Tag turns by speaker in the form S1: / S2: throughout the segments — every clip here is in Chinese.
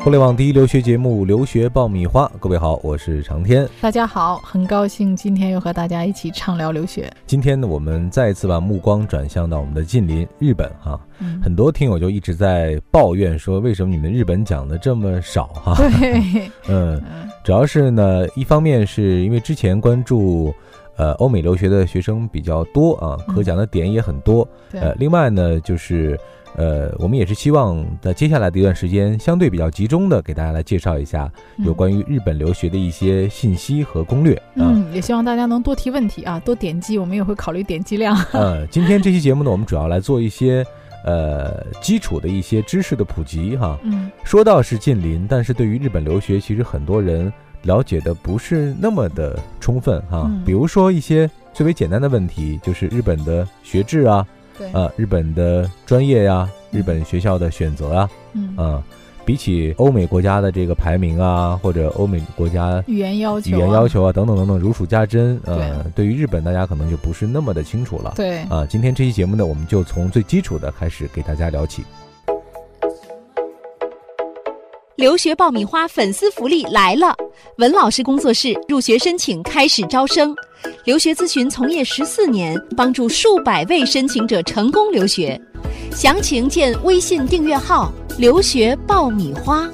S1: 互联网第一留学节目《留学爆米花》，各位好，我是长天。
S2: 大家好，很高兴今天又和大家一起畅聊留学。
S1: 今天呢，我们再一次把目光转向到我们的近邻日本啊，
S2: 嗯，
S1: 很多听友就一直在抱怨说，为什么你们日本讲的这么少哈、
S2: 对，
S1: 嗯，
S2: 嗯
S1: 主要是呢，一方面是因为之前关注。呃，欧美留学的学生比较多啊，
S2: 嗯
S1: 可讲的点也很多。
S2: 对，
S1: 呃，另外呢，就是呃，我们也是希望在接下来的一段时间，相对比较集中的给大家来介绍一下有关于日本留学的一些信息和攻略啊。
S2: 嗯嗯，嗯，也希望大家能多提问题啊，多点击，我们也会考虑点击量。
S1: 呃，今天这期节目呢，我们主要来做一些呃基础的一些知识的普及哈。
S2: 嗯，
S1: 说到是近邻，但是对于日本留学，其实很多人了解的不是那么的充分哈
S2: 嗯。
S1: 比如说一些最为简单的问题，就是日本的学制啊，
S2: 对，
S1: 啊，日本的专业呀、
S2: 嗯
S1: 日本学校的选择啊，
S2: 嗯，
S1: 啊，比起欧美国家的这个排名啊，或者欧美国家
S2: 语言要求，
S1: 语言要，求啊等等等等，如数家珍。呃，
S2: 对
S1: 对于日本，大家可能就不是那么的清楚了。
S2: 对，
S1: 啊，今天这期节目呢，我们就从最基础的开始给大家聊起。
S3: 留学爆米花粉丝福利来了！文老师工作室入学申请开始招生，留学咨询从业十四年，帮助数百位申请者成功留学。详情见微信订阅号“留学爆米花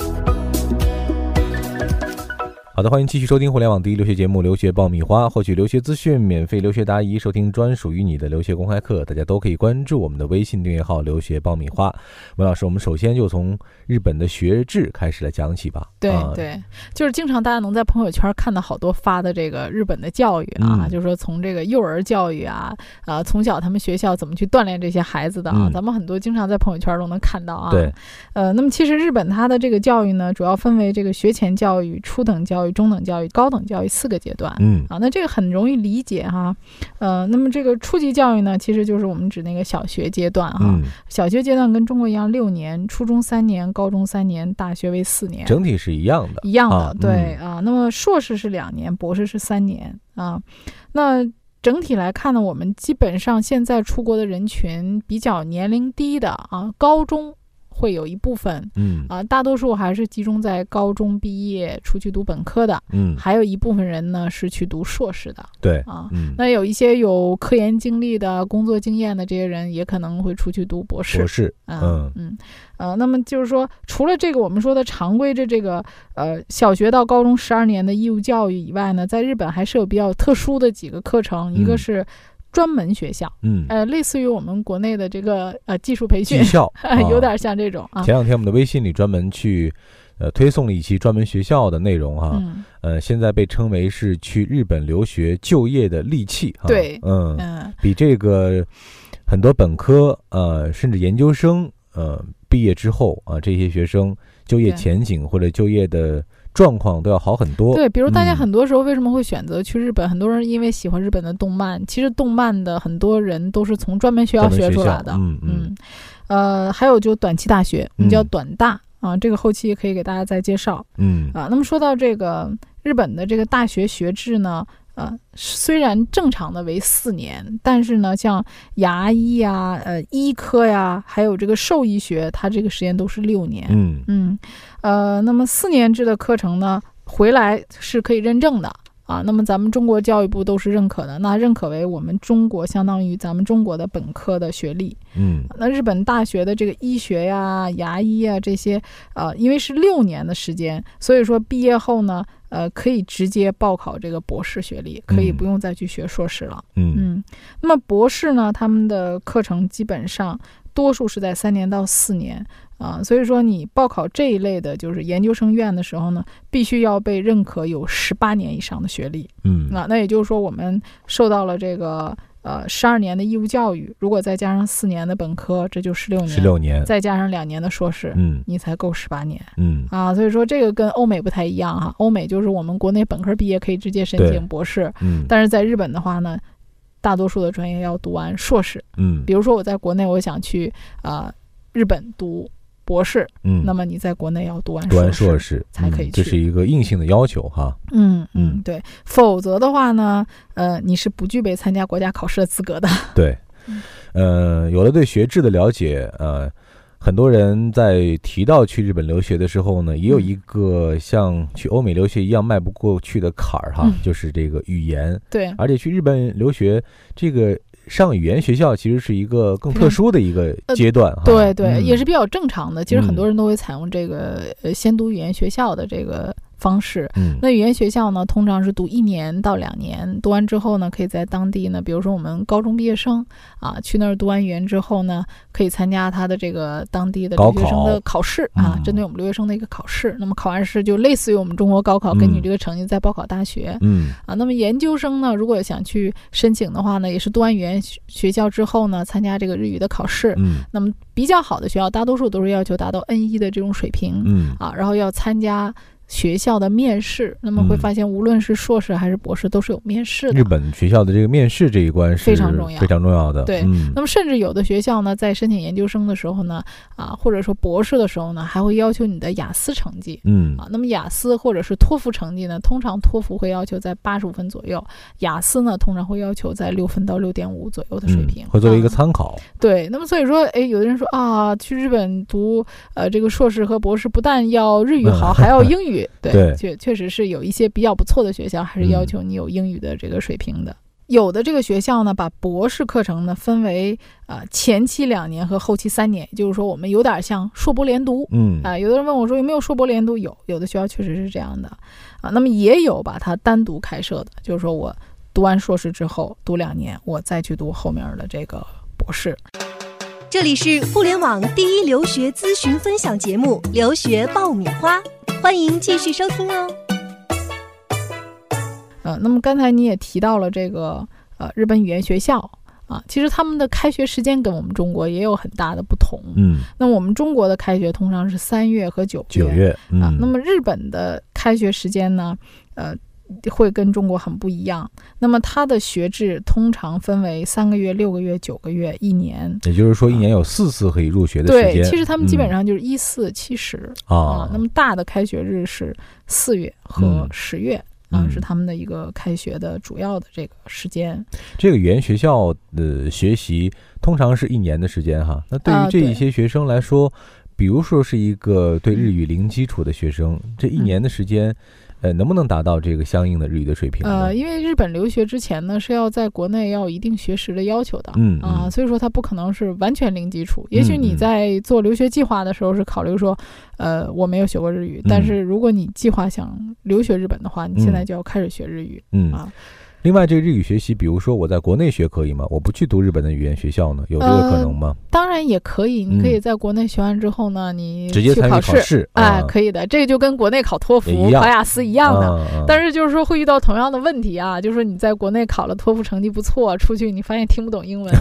S1: 好的，欢迎继续收听互联网第一留学节目《留学爆米花》，获取留学资讯、免费留学答疑、收听专属于你的留学公开课。大家都可以关注我们的微信订阅号“留学爆米花”。文老师，我们首先就从日本的学制开始来讲起吧。
S2: 对
S1: 啊，
S2: 对，就是经常大家能在朋友圈看到好多发的这个日本的教育啊，
S1: 嗯
S2: 就是说从这个幼儿教育啊，呃，从小他们学校怎么去锻炼这些孩子的啊，
S1: 嗯
S2: 咱们很多经常在朋友圈都能看到啊。
S1: 对，
S2: 呃，那么其实日本它的这个教育呢，主要分为这个学前教育、初等教育、中等教育、高等教育四个阶段。
S1: 嗯
S2: 啊，那这个很容易理解哈，呃，那么这个初级教育呢，其实就是我们指那个小学阶段哈，
S1: 嗯，
S2: 小学阶段跟中国一样，六年，初中三年，高中三年，大学为四年，
S1: 整体是一样的。
S2: 一样的，
S1: 啊
S2: 对啊。那么硕士是两年，博士是三年啊。那整体来看呢，我们基本上现在出国的人群比较年龄低的啊，高中会有一部分
S1: 嗯
S2: 啊，大多数还是集中在高中毕业出去读本科的，
S1: 嗯，
S2: 还有一部分人呢是去读硕士的
S1: 对，
S2: 啊。
S1: 嗯，
S2: 那有一些有科研经历的、工作经验的这些人，也可能会出去读博士
S1: 博。士，
S2: 嗯嗯，呃，那么就是说，除了这个我们说的常规的这个呃小学到高中十二年的义务教育以外呢，在日本还是有比较特殊的几个课程，一
S1: 嗯
S2: 个是专门学校，
S1: 嗯，
S2: 呃，类似于我们国内的这个呃技术培
S1: 技
S2: 训，
S1: 校啊
S2: 有点像这种啊，
S1: 前两天我们的微信里专门去，呃，推送了一期专门学校的内容哈、
S2: 嗯
S1: 呃，现在被称为是去日本留学就业的利器哈、
S2: 对
S1: 嗯，
S2: 嗯，
S1: 比这个很多本科呃，甚至研究生呃毕业之后啊、这些学生就业
S2: 对
S1: 前景或者就业的状况都要好很多。
S2: 对，比如大家
S1: 嗯
S2: 很多时候为什么会选择去日本？很多人因为喜欢日本的动漫，其实动漫的很多人都是从专门学
S1: 专
S2: 校
S1: 门
S2: 学
S1: 学
S2: 出
S1: 校
S2: 来的，
S1: 嗯嗯
S2: 嗯，呃，还有就短期大学，我们叫
S1: 嗯
S2: 短大、啊，这个后期也可以给大家再介绍
S1: 嗯
S2: 啊。那么说到这个日本的这个大学学制呢，呃，虽然正常的为四年，但是呢，像牙医呀、呃医科呀，还有这个兽医学，它这个时间都是六年。
S1: 嗯
S2: 嗯，呃，那么四年制的课程呢，回来是可以认证的啊。那么咱们中国教育部都是认可的，那认可为我们中国相当于咱们中国的本科的学历。
S1: 嗯
S2: 那日本大学的这个医学呀、牙医啊这些，呃，因为是六年的时间，所以说毕业后呢，呃，可以直接报考这个博士学历，可以
S1: 嗯
S2: 不用再去学硕士了。
S1: 嗯
S2: 嗯，那么博士呢，他们的课程基本上多数是在三年到四年啊、所以说你报考这一类的就是研究生院的时候呢，必须要被认可有十八年以上的学历。
S1: 嗯
S2: 那那也就是说，我们受到了这个呃十二年的义务教育，如果再加上四年的本科，这就十六年，
S1: 十六年，
S2: 再加上两年的硕士，
S1: 嗯
S2: 你才够十八年。
S1: 嗯
S2: 啊，所以说这个跟欧美不太一样哈、欧美就是我们国内本科毕业可以直接申
S1: 对
S2: 请博士，
S1: 嗯，
S2: 但是在日本的话呢，大多数的专业要读完硕士。
S1: 嗯
S2: 比如说我在国内，我想去呃日本读博士，
S1: 嗯，
S2: 那么你在国内要读完
S1: 读完
S2: 硕
S1: 硕
S2: 士。
S1: 士
S2: 才可以
S1: 嗯这
S2: 去
S1: 是一个硬性的要求哈。
S2: 嗯
S1: 嗯
S2: 嗯，对，否则的话呢，呃，你是不具备参加国家考试的资格的。
S1: 对
S2: 嗯，
S1: 呃，有了对学制的了解，呃，很多人在提到去日本留学的时候呢，也
S2: 嗯
S1: 有一个像去欧美留学一样迈不过去的坎儿哈，
S2: 嗯
S1: 就是这个语言。
S2: 对，
S1: 而且去日本留学，这个上语言学校其实是一个更特殊的一个
S2: 呃
S1: 阶段哈。
S2: 对对，
S1: 嗯
S2: 也是比较正常的。其实很多
S1: 嗯
S2: 人都会采用这个呃先读语言学校的这个方式。
S1: 嗯
S2: 那语言学校呢，通常是读一年到两年，读完之后呢，可以在当地呢，比如说我们高中毕业生啊，去那儿读完语言之后呢，可以参加他的这个当地的
S1: 高
S2: 留学生的考试啊，
S1: 嗯
S2: 针对我们留学生的一个考试。那么考完试就类似于我们中国高考，根据
S1: 嗯
S2: 这个成绩再报考大学。
S1: 嗯
S2: 啊，那么研究生呢，如果想去申请的话呢，也是读完语言学学校之后呢，参加这个日语的考试。
S1: 嗯
S2: 那么比较好的学校，大多数都是要求达到 N 一的这种水平、
S1: 嗯
S2: 啊，然后要参加学校的面试。那么会
S1: 嗯
S2: 发现，无论是硕士还是博士，都是有面试的。
S1: 日本学校的这个面试这一关是
S2: 非常重要
S1: 非常重要的。
S2: 对
S1: 嗯
S2: 那么，甚至有的学校呢，在申请研究生的时候呢，啊，或者说博士的时候呢，还会要求你的雅思成绩
S1: 嗯
S2: 啊。那么雅思或者是托福成绩呢，通常托福会要求在八十五分左右，雅思呢通常会要求在六分到六点五左右的水
S1: 嗯
S2: 平，
S1: 会作为一个
S2: 啊
S1: 参考。
S2: 对，那么所以说，哎，有的人说啊，去日本读呃这个硕士和博士，不但要日语 好，还要英语。对，
S1: 对嗯
S2: 确确实是有一些比较不错的学校，还是要求你有英语的这个水平的。有的这个学校呢，把博士课程呢分为呃前期两年和后期三年，也就是说，我们有点像硕博连读。
S1: 嗯
S2: 啊、有的人问我说有没有硕博连读？有，有的学校确实是这样的啊。那么也有把它单独开设的，就是说我读完硕士之后读两年，我再去读后面的这个博士。
S3: 这里是
S4: 互联网第一留学咨询分享节目《留学爆米花》，欢迎继续收听哦。
S2: 呃，那么刚才你也提到了这个呃日本语言学校啊，其实他们的开学时间跟我们中国也有很大的不同。
S1: 嗯，
S2: 那我们中国的开学通常是三月和九
S1: 九月嗯
S2: 啊，那么日本的开学时间呢，呃，会跟中国很不一样。那么它的学制通常分为三个月、六个月、九个月、一年。
S1: 也就是说一年有四次可以入学的时
S2: 对，
S1: 间。
S2: 其实他们基本
S1: 嗯
S2: 上就是一四七十
S1: 啊
S2: 啊，，那么大的开学日是四月和
S1: 嗯
S2: 十月啊，
S1: 嗯
S2: 是他们的一个开学的主要的这个时间。
S1: 这个语言学校的学习通常是一年的时间哈。那对
S2: 啊
S1: 于这
S2: 对
S1: 一些学生来说，比如说是一个对日语零基础的学生，这
S2: 嗯
S1: 一年的时间，呃，能不能达到这个相应的日语的水平呢？
S2: 呃，因为日本留学之前呢，是要在国内要有一定学识的要求的。
S1: 嗯
S2: 啊，
S1: 嗯
S2: 所以说它不可能是完全零基础。也许
S1: 嗯
S2: 你
S1: 嗯
S2: 在做留学计划的时候是考虑说，呃，我没有学过日语，但
S1: 嗯
S2: 是如果你计划想留学日本的话，你现在
S1: 嗯
S2: 就要开始学日语。
S1: 嗯。
S2: 啊，
S1: 另外，这个日语学习，比如说我在国内学可以吗？我不去读日本的语言学校呢，有这个可
S2: 呃
S1: 能吗？
S2: 当然也可以，你可以
S1: 嗯
S2: 在国内学完之后呢，你
S1: 直接
S2: 去
S1: 参与
S2: 考
S1: 考试，
S2: 哎
S1: 啊，，
S2: 可以的，这个就跟国内考托福
S1: 也一、样
S2: 考雅思一样的。
S1: 啊
S2: 但是就是说会遇到同样的问题啊，就是说你在国内考了托福成绩不错，出去你发现听不 懂英文，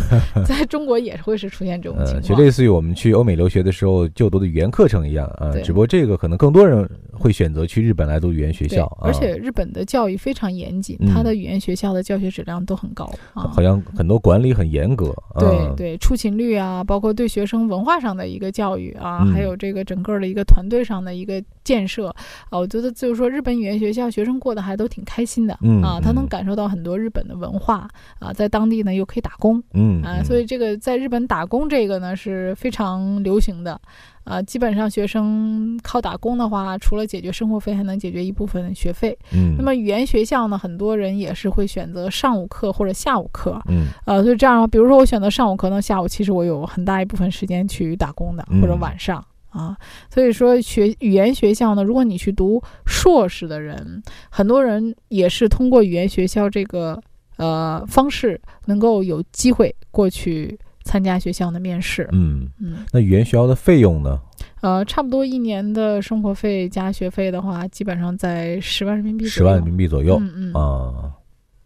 S2: 在中国也会是出现这种情
S1: 嗯，就
S2: 况。
S1: 类似于我们去欧美留学的时候就读的语言课程一样啊，
S2: 对
S1: 只不过这个可能更多人会选择去日本来读语言学
S2: 对
S1: 校，
S2: 而
S1: 啊
S2: 且日本的教育非常严谨，
S1: 嗯
S2: 它的语言学校的教学质量都很高啊
S1: 好。嗯像很多管理很严格。
S2: 对
S1: 嗯、，
S2: 对，出勤率啊，包括对学生文化上的一个教育啊，
S1: 嗯
S2: 还有这个整个的一个团队上的一个建设啊，我觉得就是说日本语言学校学生过得还都挺开心的、
S1: 嗯
S2: 啊，他能
S1: 嗯
S2: 感受到很多日本的文化啊，在当地呢又可以打工
S1: 嗯
S2: 啊，
S1: 嗯
S2: 所以这个在日本打工这个呢是非常流行的啊，基本上学生靠打工的话，除了解决生活费，还能解决一部分学费。
S1: 嗯，
S2: 那么语言学校呢，很多人也是会选择上午课或者下午课，
S1: 嗯
S2: 呃，所以这样的话，比如说我选择上午课，那下午其实我有很大一部分时间去打工的，
S1: 嗯
S2: 或者晚上。啊，所以说学语言学校呢，如果你去读硕士的人，很多人也是通过语言学校这个呃方式，能够有机会过去参加学校的面试。
S1: 嗯，
S2: 嗯，
S1: 那语言学校的费用呢？
S2: 呃，差不多一年的生活费加学费的话，基本上在十万人民币
S1: 十
S2: 左右。
S1: 万人民币左右
S2: 嗯嗯
S1: 啊。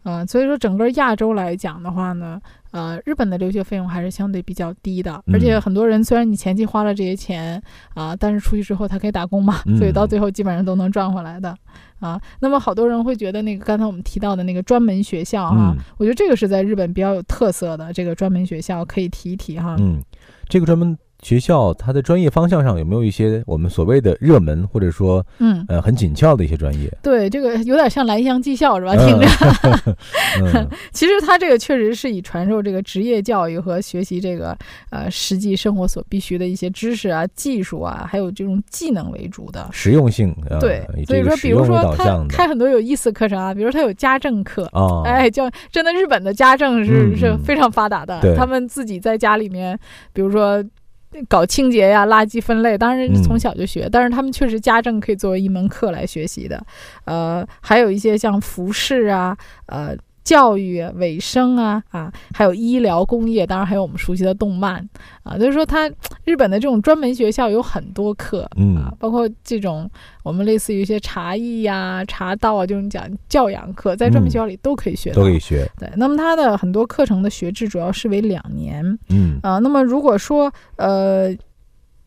S2: 呃，所以说整个亚洲来讲的话呢，呃，日本的留学费用还是相对比较低的，而且
S1: 嗯
S2: 很多人虽然你前期花了这些钱啊、但是出去之后他可以打工嘛，所以到
S1: 嗯
S2: 最后基本上都能赚回来的。啊，那么好多人会觉得那个刚才我们提到的那个专门学校哈、
S1: 嗯
S2: 我觉啊
S1: 嗯
S2: 得这个是在日本比较有特色的这个专门学校，可以提一提哈。
S1: 嗯，这个专门学校它的专业方向上有没有一些我们所谓的热门或者说
S2: 嗯，
S1: 呃很紧俏的一些专业？
S2: 对，这个有点像兰香技校是吧？
S1: 嗯
S2: 啊听着，
S1: 嗯
S2: 其实它这个确实是以传授这个职业教育和学习这个呃实际生活所必须的一些知识啊、技术啊，还有这种技能为主的。
S1: 实用性，呃、
S2: 对，
S1: 以
S2: 所
S1: 这
S2: 以
S1: 个
S2: 说，
S1: 实
S2: 比如
S1: 用为
S2: 说
S1: 导
S2: 他
S1: 向的
S2: 开很多有意思的课程啊，比如他有家政课，
S1: 啊，
S2: 哎，叫真的日本的家政是、
S1: 嗯
S2: 是
S1: 嗯
S2: 非常发达的
S1: 对，
S2: 他们自己在家里面，比如说。搞清洁呀、垃圾分类，当然
S1: 嗯
S2: 是从小就学，但是他们确实家政可以作为一门课来学习的。呃，还有一些像服饰啊、呃教育啊、卫生啊啊，还有医疗、工业，当然还有我们熟悉的动漫啊。就是说它，日本的这种专门学校有很多课，
S1: 嗯
S2: 啊，包括这种我们类似于一些茶艺呀、茶道啊，就是你讲教养课，在专门学校里都可以学到。
S1: 都可以学，
S2: 对，那么它的很多课程的学制主要是为两年
S1: 嗯
S2: 啊、那么如果说呃，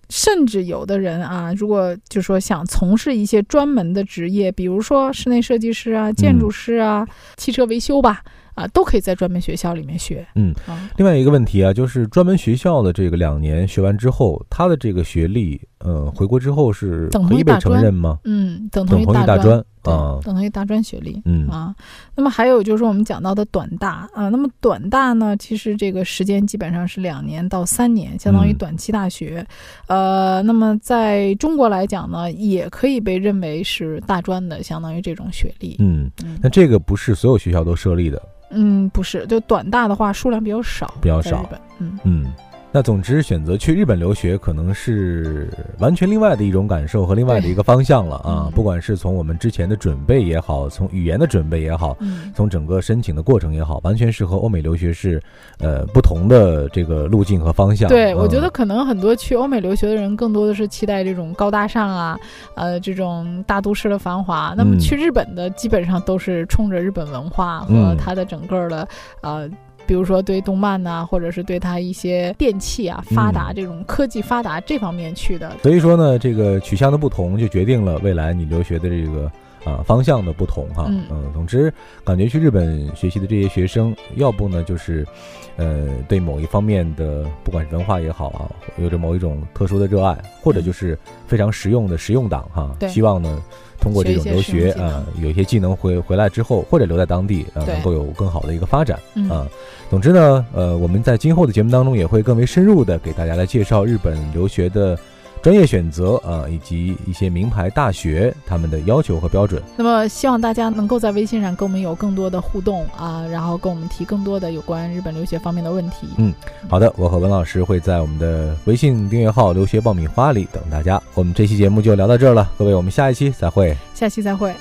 S2: 甚至有的人啊，如果就说想从事一些专门的职业，比如说室内设计师啊、建筑师啊、
S1: 嗯
S2: 汽车维修吧，啊，都可以在专门学校里面学。
S1: 嗯
S2: 啊，
S1: 另外一个问题啊，就是专门学校的这个两年学完之后，他的这个学历，呃，回国之后是
S2: 等
S1: 可
S2: 同于
S1: 以被
S2: 大
S1: 承
S2: 专
S1: 认吗？
S2: 嗯，等同
S1: 等
S2: 于
S1: 同于
S2: 大
S1: 大
S2: 专。
S1: 专
S2: 对
S1: 啊，
S2: 等同于大专学历。
S1: 嗯
S2: 啊，那么还有就是我们讲到的短大啊，那么短大呢，其实这个时间基本上是两年到三年，相当于
S1: 嗯
S2: 短期大学。呃，那么在中国来讲呢，也可以被认为是大专的，相当于这种学历。
S1: 嗯，
S2: 嗯
S1: 那这个不是所有学校都设立的，
S2: 嗯，不是，就短大的话数量比较少，
S1: 比较
S2: 在
S1: 少
S2: 日本嗯，
S1: 嗯。那总之，选择去日本留学，可能是完全另外的一种感受和另外的一个方向了啊
S2: 嗯！
S1: 不管是从我们之前的准备也好，从语言的准备也好，
S2: 嗯，
S1: 从整个申请的过程也好，完全是和欧美留学是呃不同的这个路径和方向。
S2: 对，
S1: 嗯
S2: 我觉得可能很多去欧美留学的人，更多的是期待这种高大上啊，呃，这种大都市的繁华。那么
S1: 嗯
S2: 去日本的，基本上都是冲着日本文化和
S1: 嗯
S2: 它的整个的、呃。比如说对动漫呐、或者是对它一些电器啊发达、
S1: 嗯
S2: 这种科技发达这方面去的，
S1: 所以说呢，这个取向的不同，就决定了未来你留学的这个啊、方向的不同哈。
S2: 嗯
S1: 总之感觉去日本学习的这些学生，要不呢就是，呃，对某一方面的不管是文化也好啊，有着某一种特殊的热爱，或者就是非常实用的实用党哈。
S2: 对
S1: 希望呢。通过这种
S2: 学一些
S1: 留学
S2: 实用技能
S1: 啊、有一些技能回回来之后，或者留在当地啊、
S2: 对
S1: 能够有更好的一个发展。
S2: 嗯，
S1: 啊，总之呢，呃，我们在今后的节目当中也会更为深入的给大家来介绍日本留学的专业选择啊、以及一些名牌大学他们的要求和标准。
S2: 那么希望大家能够在微信上跟我们有更多的互动啊，然后跟我们提更多的有关日本留学方面的问题。
S1: 嗯好的，我和文老师会在我们的微信订阅号“留学爆米花”里等大家。我们这期节目就聊到这儿了，各位，我们下一期再会。
S2: 下期再会。